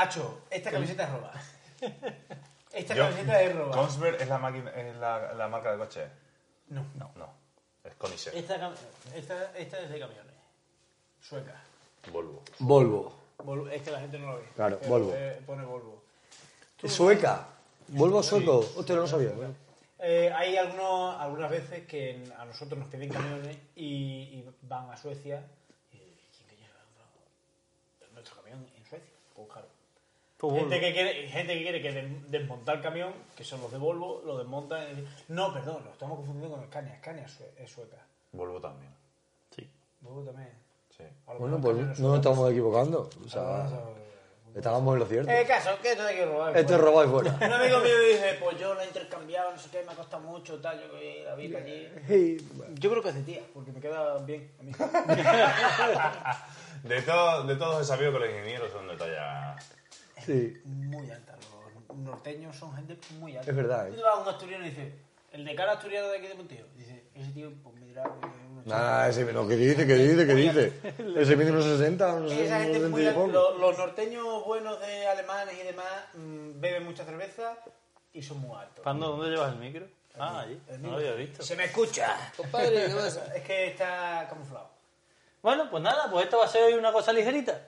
Acho, esta camiseta es roba. Esta Yo- camiseta es roba. Kongsberg es la, máquina- es la, la marca de coche. No, No, no. Es Koenigsegg. Esta, cam- esta, esta es de camiones. Sueca. Volvo. Volvo. Vol- es que la gente no lo ve. Claro, Pero, Volvo. eh, pone Volvo. Sueca. Volvo sueco. Usted no lo sabía. ¿eh? Eh, hay algunos, algunas veces que en- a nosotros nos piden camiones y, y van a Suecia. Y, ¿Quién que lleva Pues nuestro camión en Suecia? Pues claro. Gente que, quiere, gente que quiere que des- desmontar el camión, que son los de Volvo, lo desmontan. y dicen, No, perdón, lo estamos confundiendo con Scania. Scania es sue- es sueca. Volvo también. Sí. Volvo también. Sí. A lo Bueno, mejor el pues no camión es nos sueco. estamos equivocando. O Ah, sea, estábamos en lo cierto. Eh, caso, que esto hay que robar. Esto es robado y fuera. Pues, Un amigo mío dice, pues yo la he intercambiado, no sé qué, me ha costado mucho, tal, yo que la vi para allí. Yo creo que es de tía, porque me queda bien a mí. De, to- de todos he sabido que los ingenieros son de talla. Sí. muy alta, los norteños son gente muy alta. Es verdad, ¿eh? Tú te vas a un asturiano y dices, el de cara asturiano de aquí de Montillo, dice, ese tío, pues me dirá, pues, que es un Nada, Ah, ese no, ¿qué dice? ¿Qué dice? ¿Qué dice? Ese mide unos 60, unos Esa gente es muy 60 y alta. poco. Los, los norteños buenos de alemanes y demás mm, beben mucha cerveza y son muy altos. Pando, ¿dónde llevas el micro? Ah, allí. No lo había visto. Se me escucha. Compadre, ¿qué pasa? Es que está camuflado. Bueno, pues nada, pues esto va a ser hoy una cosa ligerita.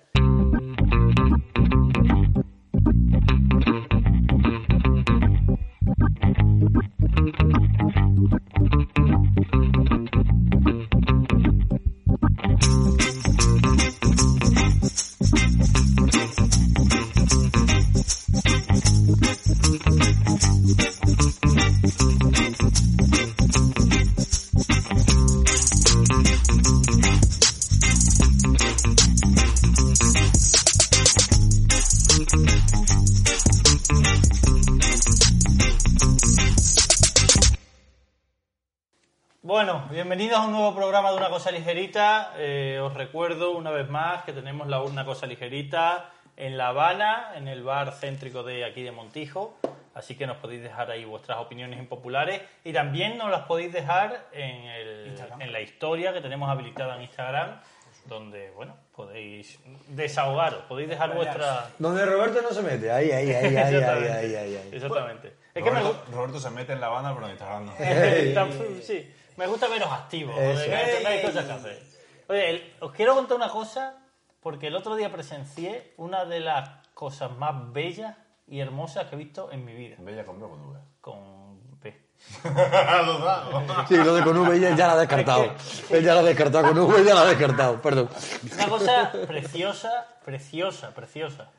Bueno, bienvenidos a un nuevo programa de Una Cosa Ligerita. Eh, os recuerdo una vez más que tenemos la Una Cosa Ligerita en La Habana, en el bar céntrico de aquí de Montijo. Así que nos podéis dejar ahí vuestras opiniones impopulares y también nos las podéis dejar en, el- en la historia que tenemos habilitada en Instagram, donde, bueno, podéis desahogaros, podéis dejar vuestras... Donde Roberto no se mete. Ahí, ahí, ahí, ahí, ahí, ahí, ahí, ahí. Exactamente. Es que me Eh. gusta... Roberto, Roberto se mete en la banda, pero me está hablando. Tan- sí, me gusta veros activos. joder, Eso. que hay- hay cosas que hacer. Oye, el- os quiero contar una cosa, porque el otro día presencié una de las cosas más bellas y hermosas que he visto en mi vida. Bella con B o con V. Con B. Los dos. Sí, lo de con V ya ya la ha descartado. Él ya la ha descartado. Con V ya la ha descartado. Perdón. Una cosa preciosa, preciosa, preciosa.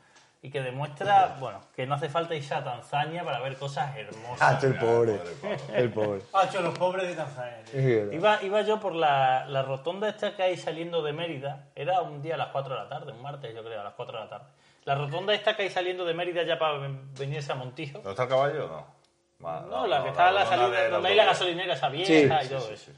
Y que demuestra, bueno, que no hace falta irse a Tanzania para ver cosas Ah, hermosas. esto el pobre. El pobre. Pacho, los pobres de Tanzania. tío. Es verdad. Iba, iba yo por la, la rotonda esta que hay saliendo de Mérida, era un día a las 4 de la tarde, un martes yo creo, a las 4 de la tarde. La rotonda esta que hay saliendo de Mérida ya para ven- venirse a Montijo. ¿No está el caballo o no? Va, No, la que está a la Ah, rotonda salida, de donde hay la autobús. gasolinera esa vieja Sí, y todo eso.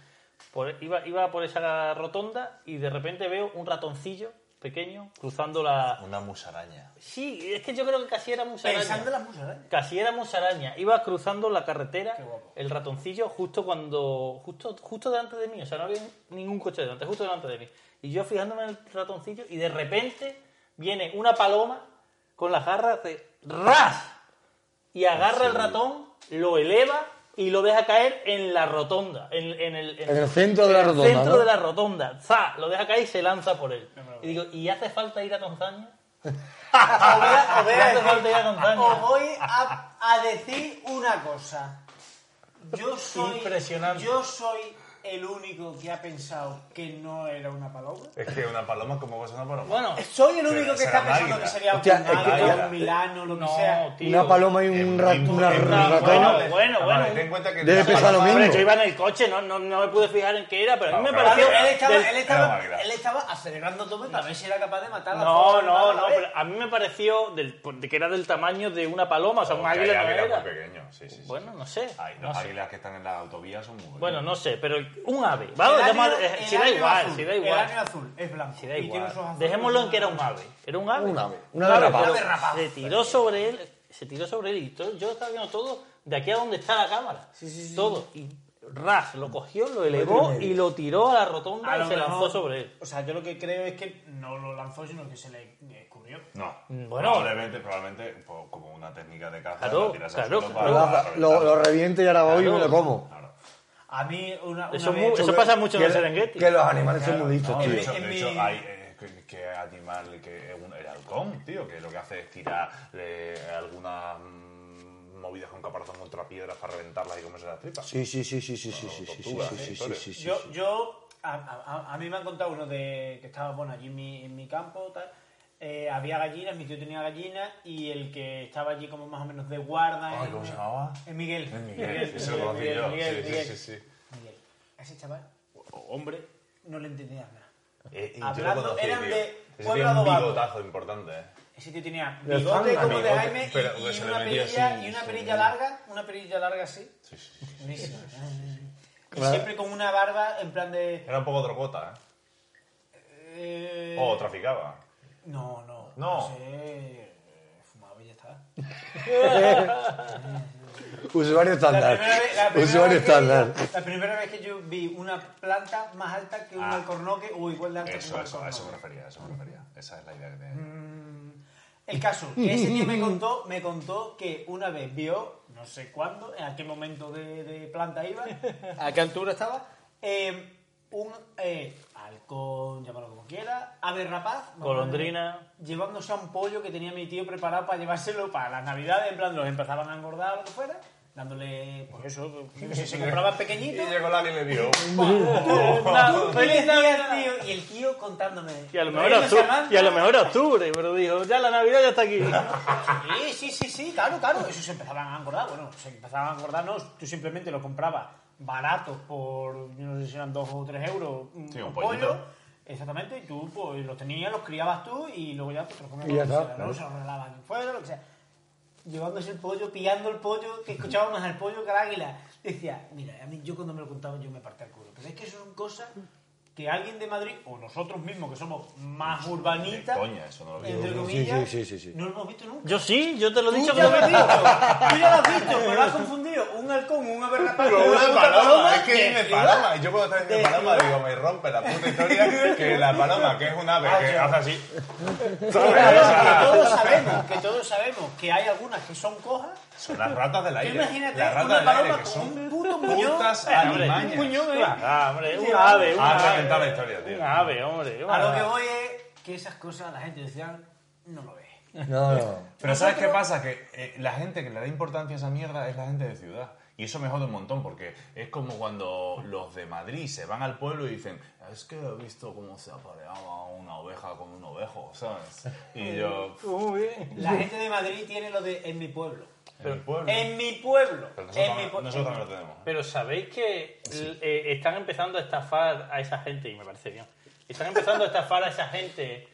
Por- iba, iba por esa rotonda y de repente veo un ratoncillo pequeño cruzando la... Una musaraña. Sí, es que yo creo que casi era musaraña. Pensando en las ¿eh? musarañas. Casi era musaraña. Iba cruzando la carretera, guapo. el ratoncillo, justo cuando. Justo, justo delante de mí. O sea, no había ningún coche delante, justo delante de mí. Y yo fijándome en el ratoncillo, y de repente viene una paloma con las garras de ¡Ras! Y agarra el ratón, lo eleva y lo deja caer en la rotonda. En, en el, En el centro de la en el rotonda, centro ¿no? de la rotonda. ¡Za! Lo deja caer y se lanza por él. Y digo, ¿y hace falta ir a Tanzania? O voy a- o voy a No Ah, hace falta ir a decir- Tanzania. Os voy a, a decir una cosa. Yo soy. Impresionante. Yo soy el único que ha pensado que no era una paloma? Es que una paloma, ¿cómo va a ser una paloma? Bueno, Soy el único Pero que será está pensando máquina. que sería un Hostia, es que águila, ya- un milano, lo que no, sea. tío. Una paloma y Es un muy rat- una importante. Ah, ratona. bueno, bueno, Ah, bueno. vale, ten en cuenta que Debe la pesar paloma- lo mismo. Hombre, yo iba en el coche, no, no, no me pude fijar en qué era, pero a mí No, me claro, pareció... claro. Él estaba, del- él, estaba, águila. él estaba acelerando todo para ver si era capaz de matar a No, todos los no, animales a no, la vez. pero a mí me pareció del, de que era del tamaño de una paloma, o sea, un Porque hay águila no águilas era. muy pequeños, sí, sí, sí. Bueno, no sé. Ay, no los sé. águilas que están en las autovías son muy buenos. Bueno, no sé, pero un ave. Vamos, El llama- ánima- eh, el si da ánima igual, azul, si da El igual. ánima azul es blanco. Si da y tiene los ojos igual. azules. Dejémoslo en que era un ave. ¿Era un ave? Un ave. Un Una ave rapaz. pero Un ave rapaz. Se tiró sobre él, se tiró sobre él y todo- yo estaba viendo todo de aquí a donde está la cámara. Todo. Y ras, lo cogió, lo elevó y lo tiró a la rotonda A y lo se lanzó mejor- sobre él. O sea, yo lo que creo es que no lo lanzó, sino que se le escurrió. No. Bueno. Probablemente, probablemente po- como una técnica de caza. Claro, lo tiras al claro, suelo claro. Lo, para- lanza- para lo, lo reviento y ahora voy y me Claro. lo como. A mí, una, una Eso, es vez- mu- eso pasa mucho en el Que- Serengeti. Que los animales son muy listos, No, de tío. hecho, en de mi- hecho, hay, eh, que, que animal que es un- el halcón, tío, que lo que hace es tirar eh, algunas mm, movidas con caparazón contra piedras para reventarlas y comerse las tripas. Sí, sí, sí, sí, sí, sí, sí, sí, sí, tortugas, sí, eh, sí, historias. sí, sí, sí. yo, yo a, a- a mí me han contado uno de que estaba bueno allí en mi, en mi campo tal eh, había gallinas mi tío tenía gallinas y el que estaba allí como más o menos de guarda Ay, en- ¿cómo se llamaba? en Miguel Es Miguel, sí, se lo conocí Miguel, yo. Miguel, sí, Miguel. sí, sí, sí. Miguel. ese chaval o- hombre no le entendía nada Eh, y yo lo Hablando, conocí, eran tío. de Ese tío Pueblo es un Adobado. bigotazo importante, eh. ese tío tenía Le bigote zanga. como de Bigote, Jaime pero y, que y se le una metía perilla así, y una sí. perilla larga una perilla larga así Sí, sí, sí. buenísima y siempre con una barba en plan de Era un poco drogota, ¿eh? eh, O traficaba. No, no. Oh. No. sé, eh, fumaba y ya está. Usuario estándar. vez- Pues la primera Usuario vez que- estándar. la primera vez que yo vi una planta más alta que un Ah. alcornoque o igual de alta que Eso, un eso, a eso me alcornoque. refería, a eso me refería. Esa es la idea que tenía. El caso, que ese tío me contó, me contó que una vez vio, no sé cuándo, en a qué momento de, de planta iba, a qué altura estaba, eh, un eh, halcón, llámalo como quiera, ave rapaz, Golondrina. llevándose a un pollo que tenía mi tío preparado para llevárselo para las navidades, en plan, los empezaban a engordar o lo que fuera, dándole, pues eso, yo que sé, se compraban Y pequeñito. llegó la que le dio. Tú, feliz Navidad, tío. Y el tío contándome. Y a, lo mejor era riéndose octubre, amante. y a lo mejor era octubre, pero dijo, ya la Navidad ya está aquí. Sí, sí, sí, sí, claro, claro. Eso se empezaban a engordar. Bueno, se empezaban a engordar, no. Tú simplemente lo comprabas barato por, yo no sé si eran dos o tres euros. Un, Sí, un pollo. pollito. Exactamente, y tú pues, los tenías, los criabas tú y luego ya pues, te los comías. Y ya cuando está, se los- se los regalaban en fuera, lo que sea. Llevándose el pollo, pillando el pollo, que escuchaba más al pollo que al águila. Decía, mira, a mí yo cuando me lo contaban yo me partía el culo. Pero es que eso son cosas que alguien de Madrid, o nosotros mismos que somos más urbanitas, coña, eso no lo vi. entre Sí, comillas, sí, sí, sí, sí. no lo hemos visto nunca. Yo sí, yo te lo he Tú dicho que ya lo lo has metí. visto, tú ya lo has visto, pero has confundido un halcón, un ave rapaz Con con una puta paloma, es que que- dime paloma. Y yo cuando estaba diciendo Te paloma digo, me rompe la puta historia que la paloma, que es un ave que hace así. Que todos sabemos, que todos sabemos que hay algunas que son cojas. Son las ratas del Tú aire. imagínate las ratas una del aire paloma que con un son puto muñón. putas Eh, hombre, alimañas. un puñón, eh. Ah, hombre, Sí, un ave, un Ha ave. reventado la historia, tío. Un ave, hombre. un A lo ave. que voy es que esas cosas la gente decía, no lo ve. No, no. Pero ¿sabes qué pasa? Que eh, la gente que le da importancia a esa mierda es la gente de ciudad. Y eso me jode un montón, porque es como cuando los de Madrid se van al pueblo y dicen, es que he visto cómo se apareaba una oveja con un ovejo, ¿sabes? Y yo, Muy bien. La gente de Madrid tiene lo de en mi pueblo. en el pueblo. En mi pueblo. Pero nosotros, En mi también- pueblo. nosotros también lo tenemos. Pero sabéis que l- eh, están empezando a estafar a esa gente, y me parece bien. Están empezando a estafar a esa gente.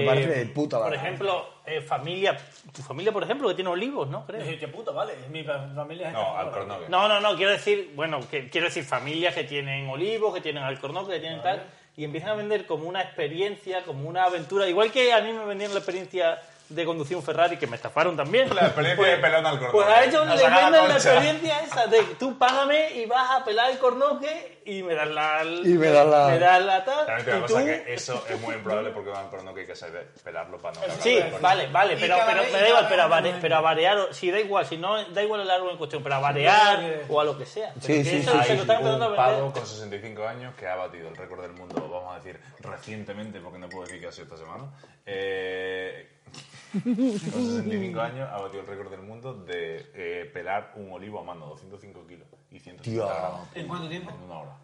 Me parece de puta Por madre. ejemplo, eh, familia. Tu familia, por ejemplo, que tiene olivos, ¿no? Creo. Qué puto, vale. es Mi familia es No, esta al pueblo. cornoque. No, no, no, quiero decir, bueno, que, quiero decir familias que tienen olivos, que tienen alcornoque, que tienen tal, y empiezan a vender como una experiencia, como una aventura, igual que a mí me vendieron la experiencia de conducir un Ferrari, que me estafaron también. La experiencia de pelar un alcornoque. Pues a ellos A les sacar la venden la concha. experiencia esa de tú págame y vas a pelar el cornoque y me das la... Y me das la- me das la tal, También te digo y una tú... cosa, que eso es muy improbable porque un alcornoque hay que saber pelarlo para no cagarlo Sí, en el coche. vale, vale, Y pero, cada pero, vez- me y da igual, cada pero a, vez vare- menos. pero a varear, si da igual, si no, da igual el árbol en cuestión, pero a varear o a lo que sea. Pero Sí, que sí, eso sí, se sí. lo están empezando a un vender. pavo con 65 años que ha batido el récord del mundo, vamos a decir, recientemente, porque no puedo decir que ha sido esta semana. eh, con 65 años ha batido el récord del mundo de eh, pelar un olivo a mano, 205 kilos y 150 Tío. gramos. ¿En cuánto tiempo? En una hora.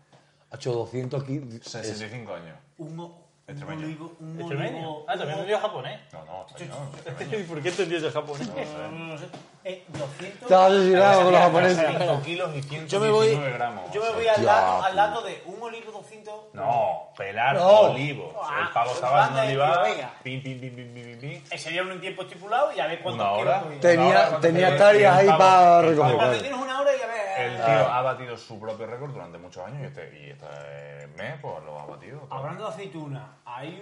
hecho 215. es- 65 años. Un, o- un Extremeño. olivo. Un Extremeño. olivo- Ah, también entendió japonés. No, no, español, ¿Y extremeño. por qué entendió el japonés? No, no, no sé. Eh, 200. Estaba asesinado con los japoneses. 5 kilos y 119 Yo me voy, gramos. yo me voy a... al, lado, Hostia, al lado de un olivo 200. No, pelar No. olivos. Ah, el pavo pues estaba en manda, olivar. tío, venga. Pim, pim, pim, pim, pim, pim, pim. Eh, Sería un tiempo estipulado y a ver cuánto Una hora. Tenía- Una hora, cuando tenía te- hectáreas el ahí pavo- para el pavo- recoger, Cuando claro. tienes una hora y a ver. eh, Ah. El tío ha batido su propio récord durante muchos años y este, y este mes pues lo ha batido. Hablando de aceituna, hay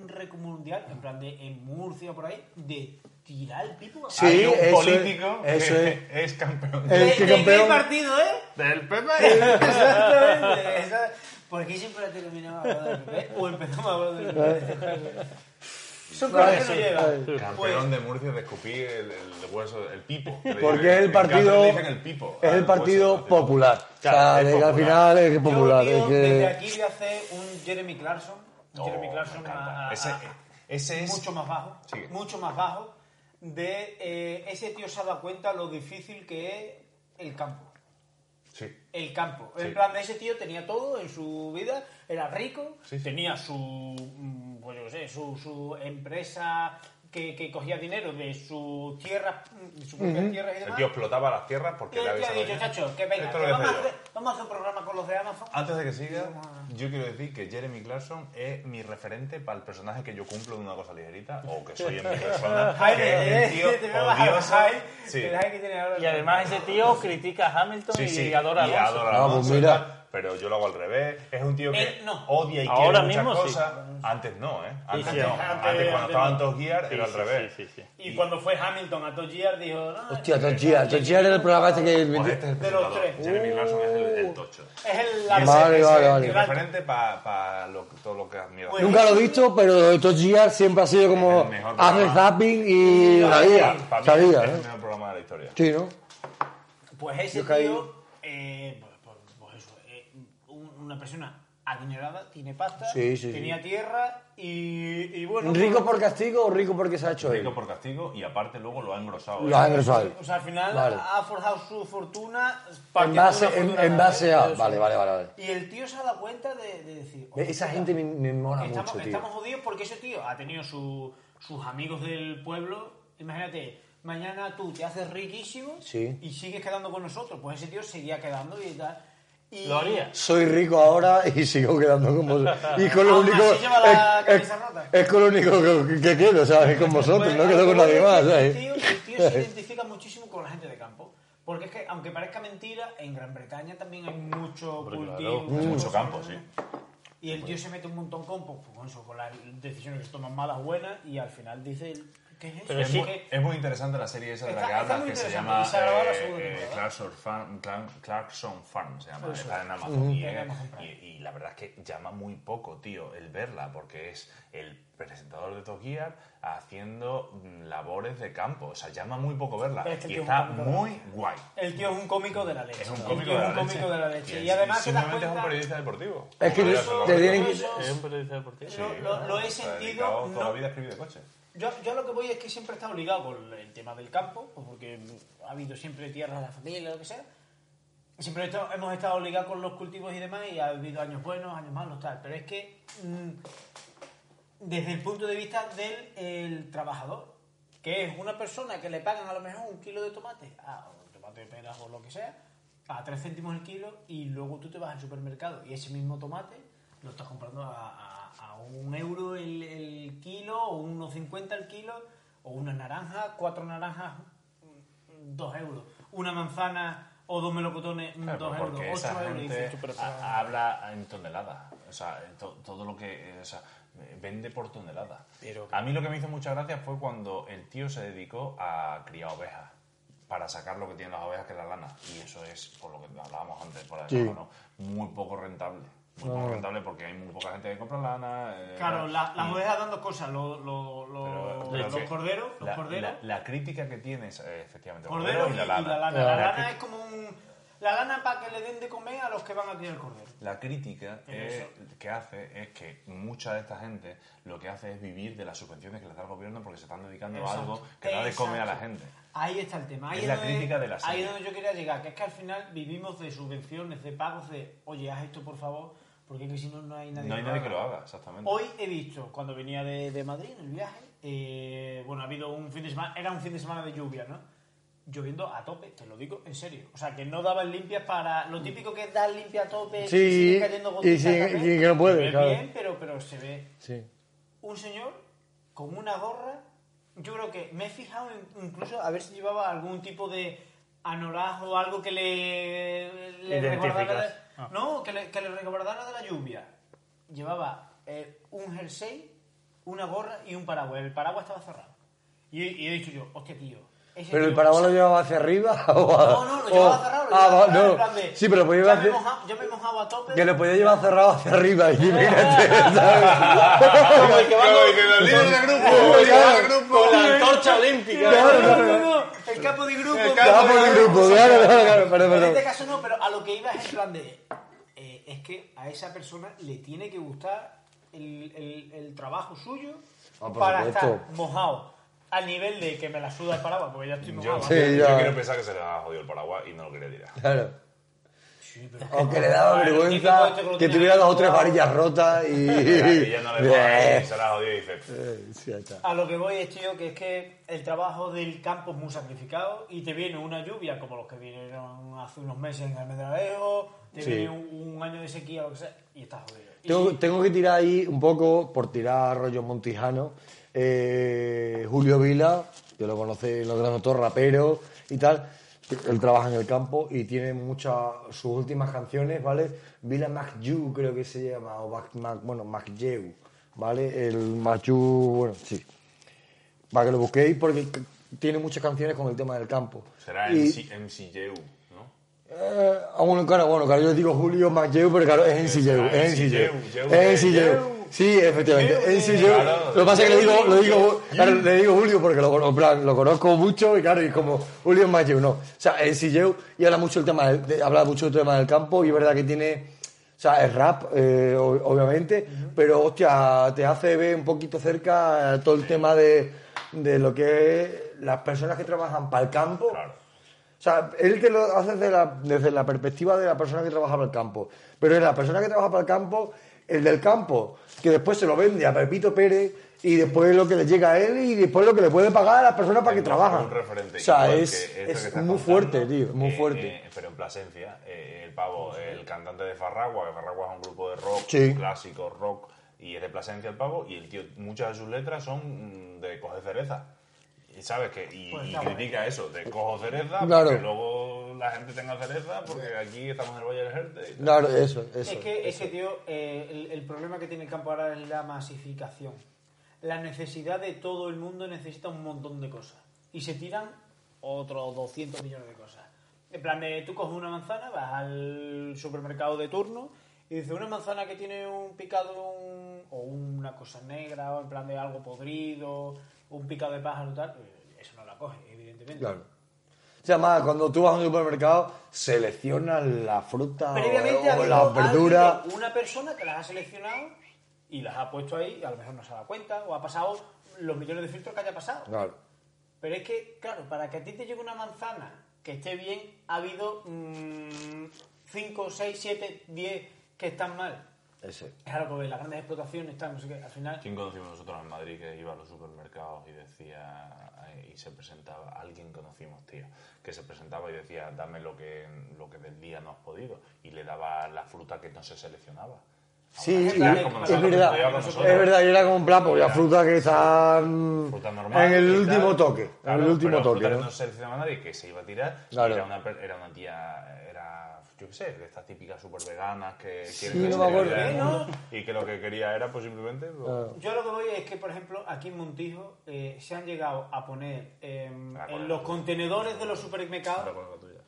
un récord mundial, en plan de en Murcia por ahí, de tirar el pico. Ah, Sí, Hay un eso es- político eso que es. es campeón Eh, ¿De, ¿qué de qué campeón? partido, eh? del PP. Exactamente. esa- ¿Por qué siempre terminamos hablando del PP? O empezamos hablando del PP. Son cosas que no Pues, llegan. Campeón de Murcia de escupir el, el hueso, el pipo. que le Porque dicen. es el En Cáceres partido, le dicen el pipo es al el hueso del partido partido. popular. Claro, o sea, es de que al popular. final es popular. Yo, tío, es que- desde aquí voy a hacer un Jeremy Clarkson. un Oh, Jeremy me Clarkson encanta. a- a- ese, a- ese es mucho más bajo, Sigue. mucho más bajo, de eh, ese tío se ha dado cuenta lo difícil que es el campo. Sí. El campo. Sí. En plan, ese tío tenía todo en su vida, era rico, Sí, sí. tenía su, mm, pues yo qué sé, su, su empresa que, que cogía dinero de sus tierras, mm, de sus propias tierras y El demás. tío explotaba las tierras y porque le el tío había ha dicho, chacho, que venga, Esto que lo vamos, voy a a hacer yo. hacer, vamos a hacer un programa con los de Amazon. Antes de que siga, yo quiero decir que Jeremy Clarkson es mi referente para el personaje que yo cumplo de una cosa ligerita o que soy en mi persona. Jaime, que eh, es el tío te veo más al odioso. Jaime, Sí. el Jaime que tiene ahora. Y además ese tío critica a Hamilton Sí, sí, y adora a y Alonso. adora a Ah, pues Alonso, mira. tal, Pero yo lo hago al revés. Es un tío que Él Eh, no. odia y quiere Ahora muchas mismo sí. cosas. Antes no, ¿eh? Antes sí, no. antes- Antes, cuando antes estaban no. todos guiar Sí, era al sí, revés. sí, sí, sí. Y cuando fue Hamilton a Togier dijo, "Ah, no, Hostia, Tochía. Tochía era el programa este que. Pues este es el De los presentador. tres. Uh. Jeremy Clarkson es el, el tocho. es el Y ese- Vale, ese vale, es vale. mi referente para todo lo que es mierda. Bueno, Nunca lo he visto, pero Tochía siempre ha sido Es como. el mejor Hace programa. zapping y Para- sabía. para mí Sabía, es el ¿eh? mejor programa de la historia. Sí, ¿no? Pues ese Yo caí- tío, eh, pues, pues- pues eso, eh, un- una persona adinerada, tiene pasta, Sí, sí, tenía tierra y, y bueno... pues, ¿Rico por castigo o rico porque se ha hecho él? Rico por castigo y aparte luego lo ha engrosado. Lo ha ¿eh? engrosado él. O sea, al final Vale. ha forjado su fortuna... En partiendo base, una en, fortuna en base a. grande, Vale, vale, vale. vale. Y el tío se ha dado cuenta de, de decir... Ve, Esa gente me, me mola estamos, Ah, mucho, tío. estamos jodidos porque ese tío ha tenido su- sus amigos del pueblo. Imagínate, mañana tú te haces riquísimo Sí. y sigues quedando con nosotros. Pues ese tío seguía quedando y tal. Y Lo haría. Soy rico ahora y sigo quedando con vosotros. Y con lo Aún único. así lleva la es- es, camisa rota. es con lo único que, que quedo, ¿sabes? Con vosotros, Pues, no a lo quedo con que voy nadie es más, que ¿sabes? El tío, el tío se identifica muchísimo con la gente de campo. Porque es que, aunque parezca mentira, en Gran Bretaña también hay mucho cultivo. Hay mucho cosas, campo, ¿no? sí. Y el tío se mete un montón con, pues, con, eso, con las decisiones que se toman malas, buenas, y al final dice, ¿qué es eso? Pero Es, sí. ¿Por muy, qué? es muy interesante la serie esa de la Está- que está hablas muy que se interesante, llama y se ha grabado la eh, segunda eh, temporada. Clarkson Farm, Clan- Clarkson Farm, se llama, está en Amazon. Y, En eh, Amazon y- y la verdad es que llama muy poco, tío, el verla, porque es el presentador de Top Gear haciendo mm, labores de campo. O sea, llama muy poco verla. Pero es que el Y Este tío es está un campeador. muy guay. El tío es un cómico de la leche. Es un El cómico, Este tío de, es la un cómico leche. de la leche. Y, Y, además te das simplemente es un cuenta... periodista deportivo. Es que Como te- yo, te como yo. tienen eso- Es un periodista deportivo. Sí. lo- lo he se ha sentido, dedicado Toda no- la vida a escribir de coche. Yo, yo lo que voy es que siempre he estado ligado con el tema del campo, pues porque ha habido siempre tierras de la familia, lo que sea. Siempre he estado- hemos estado ligados con los cultivos y demás, y ha habido años buenos, años malos, tal. Pero es que, mm, desde el punto de vista del el trabajador, que es una persona que le pagan a lo mejor un kilo de tomate, ah, o tomate de peras o lo que sea, a tres céntimos el kilo, y luego tú te vas al supermercado y ese mismo tomate lo estás comprando a, a- a un euro el, el kilo, o unos 50 el kilo, o una naranja, cuatro naranjas, mm, mm, dos euros. Una manzana o dos melocotones, mm, Claro, dos pero euros, porque ocho esa euros. y gente dices tú, pero- ha- habla en toneladas. O sea, en to- todo lo que. eh, o sea, eh, vende por tonelada. a mí lo que me hizo mucha gracia fue cuando el tío se dedicó a criar ovejas. Para sacar lo que tienen las ovejas, que es la lana. Y eso es, por lo que hablábamos antes, por la Sí. cámara, ¿no? muy poco rentable. Muy poco rentable porque hay muy poca gente que compra lana. eh, Claro, la- las y- ovejas dan dos cosas, lo- lo- lo- pero- pero los que- corderos, los la, corderos, la- la crítica que tienes, eh, efectivamente, corderos y, y la lana. La lana, La cri- es como un... La lana para que le den de comer a los que van a tirar el cordero. La crítica Eso. es- que hace es que mucha de esta gente lo que hace es vivir de las subvenciones que les da el gobierno porque se están dedicando a algo que da de Exacto. comer a la gente. Ahí está el tema. Ahí Es la donde- crítica de la Ahí serie. es donde yo quería llegar, que es que al final vivimos de subvenciones, de pagos, de, oye, haz esto por favor, Porque es que si no, no hay nadie. No hay nadie que lo haga. haga, exactamente. Hoy he visto, cuando venía de, de Madrid en el viaje, eh, bueno, ha habido un fin de semana, era un fin de semana de lluvia, ¿no? Lloviendo a tope, te lo digo en serio. O sea, que no daban limpias para. Lo típico que es dar limpia a tope, Sí, y sigue cayendo y gotitas sin- también. sin que no puede, Se ve claro. bien, pero, pero se ve. Sí. Un señor con una gorra, yo creo que me he fijado en- incluso a ver si llevaba algún tipo de anoraz o algo que le. le Identificas. resguardara de- Ah. No, que le, que le resguardara de la lluvia llevaba eh, un jersey, una gorra y un paraguas. El paraguas estaba cerrado. Y, y he dicho yo, hostia, tío. ese ¿Pero el tío- paraguas lo llevaba hacia arriba? o a- No, no, lo llevaba o- cerrado. Lo Ah, llevaba va- cerrado, no. en plan de, Sí, pero lo podía ya me, he hacer- moja- ya me he mojado a tope. que lo podía llevar cerrado hacia arriba. Y imagínate, ¿sabes? Como el que Pero, va Ah, que el líder del grupo, el líder del grupo. con la antorcha olímpica. No, no, no, no, el capo de grupo. El pero- capo Ah, por el grupo, claro, claro, claro, perdón, En perdón. este caso no, pero a lo que iba es en plan de. eh, es que a esa persona le tiene que gustar el, el- el trabajo suyo Ah, por para supuesto. estar mojado. Al nivel de que me la suda el paraguas, porque ya estoy mojado. Yo, Sí, yo- yo ya. quiero pensar que se le ha jodido el paraguas y no lo quería tirar. Claro. O que le daba Claro, vergüenza el típico este lo que tiene tuviera ahí dos o tres colgado. varillas rotas y... Y ya no le va, y Eh, se la ha jodido y dice... sí, ya está. A lo que voy es, tío, que es que el trabajo del campo es muy sacrificado y te viene una lluvia como los que vinieron hace unos meses en Almendralejo, te Sí. viene un, un año de sequía, lo que sea, y estás jodido. Y Tengo, sí, tengo que tirar ahí un poco, por tirar rollo montijano, eh, Julio Vila, que lo conocéis, lo conozco rapero y tal. Él trabaja en el campo y tiene muchas, sus últimas canciones, ¿vale? Vila Macju creo que se llama, o Mac, Mac- bueno, Macjeu, ¿vale? El Macju, bueno, sí. Para que lo busquéis porque c- tiene muchas canciones con el tema del campo. Será Y- MC, MCU, ¿no? eh, aún, claro, bueno, claro, yo digo Julio Macjeu, pero claro, es en Yeu, es en Yeu. Yeu, Es en Yeu. Yeu. Sí, efectivamente, es en Yeu. Claro. Lo que pasa es que le digo, lo digo, claro, le digo Julio porque lo, cono- en plan, lo conozco mucho y claro, y como Julio Macjeu, no. O sea, es en Yeu y habla mucho el tema, del- de- habla mucho del tema del campo y es verdad que tiene, o sea, es rap, eh, ob- obviamente, pero hostia, te hace ver un poquito cerca todo el tema de, de lo que es las personas que trabajan para el campo. Claro. O sea, él te lo hace desde la, desde la perspectiva de la persona que trabaja para el campo. Pero es la persona que trabaja para el campo, el del campo, que después se lo vende a Pepito Pérez y después lo que le llega a él y después lo que le puede pagar a las personas para que Un- trabajan. un referente o sea, igual es, que esto que es estás muy contando, fuerte, tío, muy eh, fuerte. eh, pero en Plasencia, eh, el pavo, el cantante de Farragua, que Farragua es un grupo de rock, Sí. clásico, rock, y es de Plasencia el pavo, y el tío, muchas de sus letras son mm, de coger cereza. Y sabes que, y, Pues y está bueno. critica eso, de cojo cereza, Claro. porque luego la gente tenga cereza, porque aquí estamos en el Valle del Jerte. y tal. Claro, eso, eso. es que, es que, tío, eh, el, el problema que tiene el campo ahora es la masificación. La necesidad de todo el mundo necesita un montón de cosas. Y se tiran otros 200 millones de cosas. En plan, de, tú coges una manzana, vas al supermercado de turno y dices, una manzana que tiene un picado un- o una cosa negra, o en plan de algo podrido, un picado de pájaro tal, eh, eso no la coges, evidentemente. Claro. O sea, más, cuando tú vas a un supermercado, seleccionas la fruta Previamente o, ha o habido las verduras. alguien, una persona que las ha seleccionado y las ha puesto ahí, y a lo mejor no se ha dado cuenta, o ha pasado los millones de filtros que haya pasado. Claro. Pero es que, claro, para que a ti te llegue una manzana que esté bien, ha habido mm, 5, 6, 7, 10 que están mal. Ese. Claro, porque las grandes explotaciones están, no sé qué, al final... ¿Quién conocimos nosotros en Madrid que iba a los supermercados y decía eh, y se presentaba? Alguien conocimos, tío, que se presentaba y decía, dame lo que, lo que del día no has podido. Y le daba la fruta que no se seleccionaba. Sí, Ahora, y- claro, es como nosotros, verdad. como Es nosotros. verdad, y era como un plan, porque la fruta que está mm, Fruta normal. en el y tal. último toque. En Claro, el último pero toque. fruta que ¿no? no se seleccionaba nadie, que se iba a tirar. y Claro. Era, una, per- era una tía, era, yo qué sé, de estas típicas super veganas que no quieren me acuerdo. exterioridad del Eh, ¿no? mundo Y que lo que quería era, pues simplemente, pues, Yo lo que voy es que, por ejemplo, aquí en Montijo eh, se han llegado a poner eh, Ah, en bueno. los contenedores de los la supermercados cosa tuya.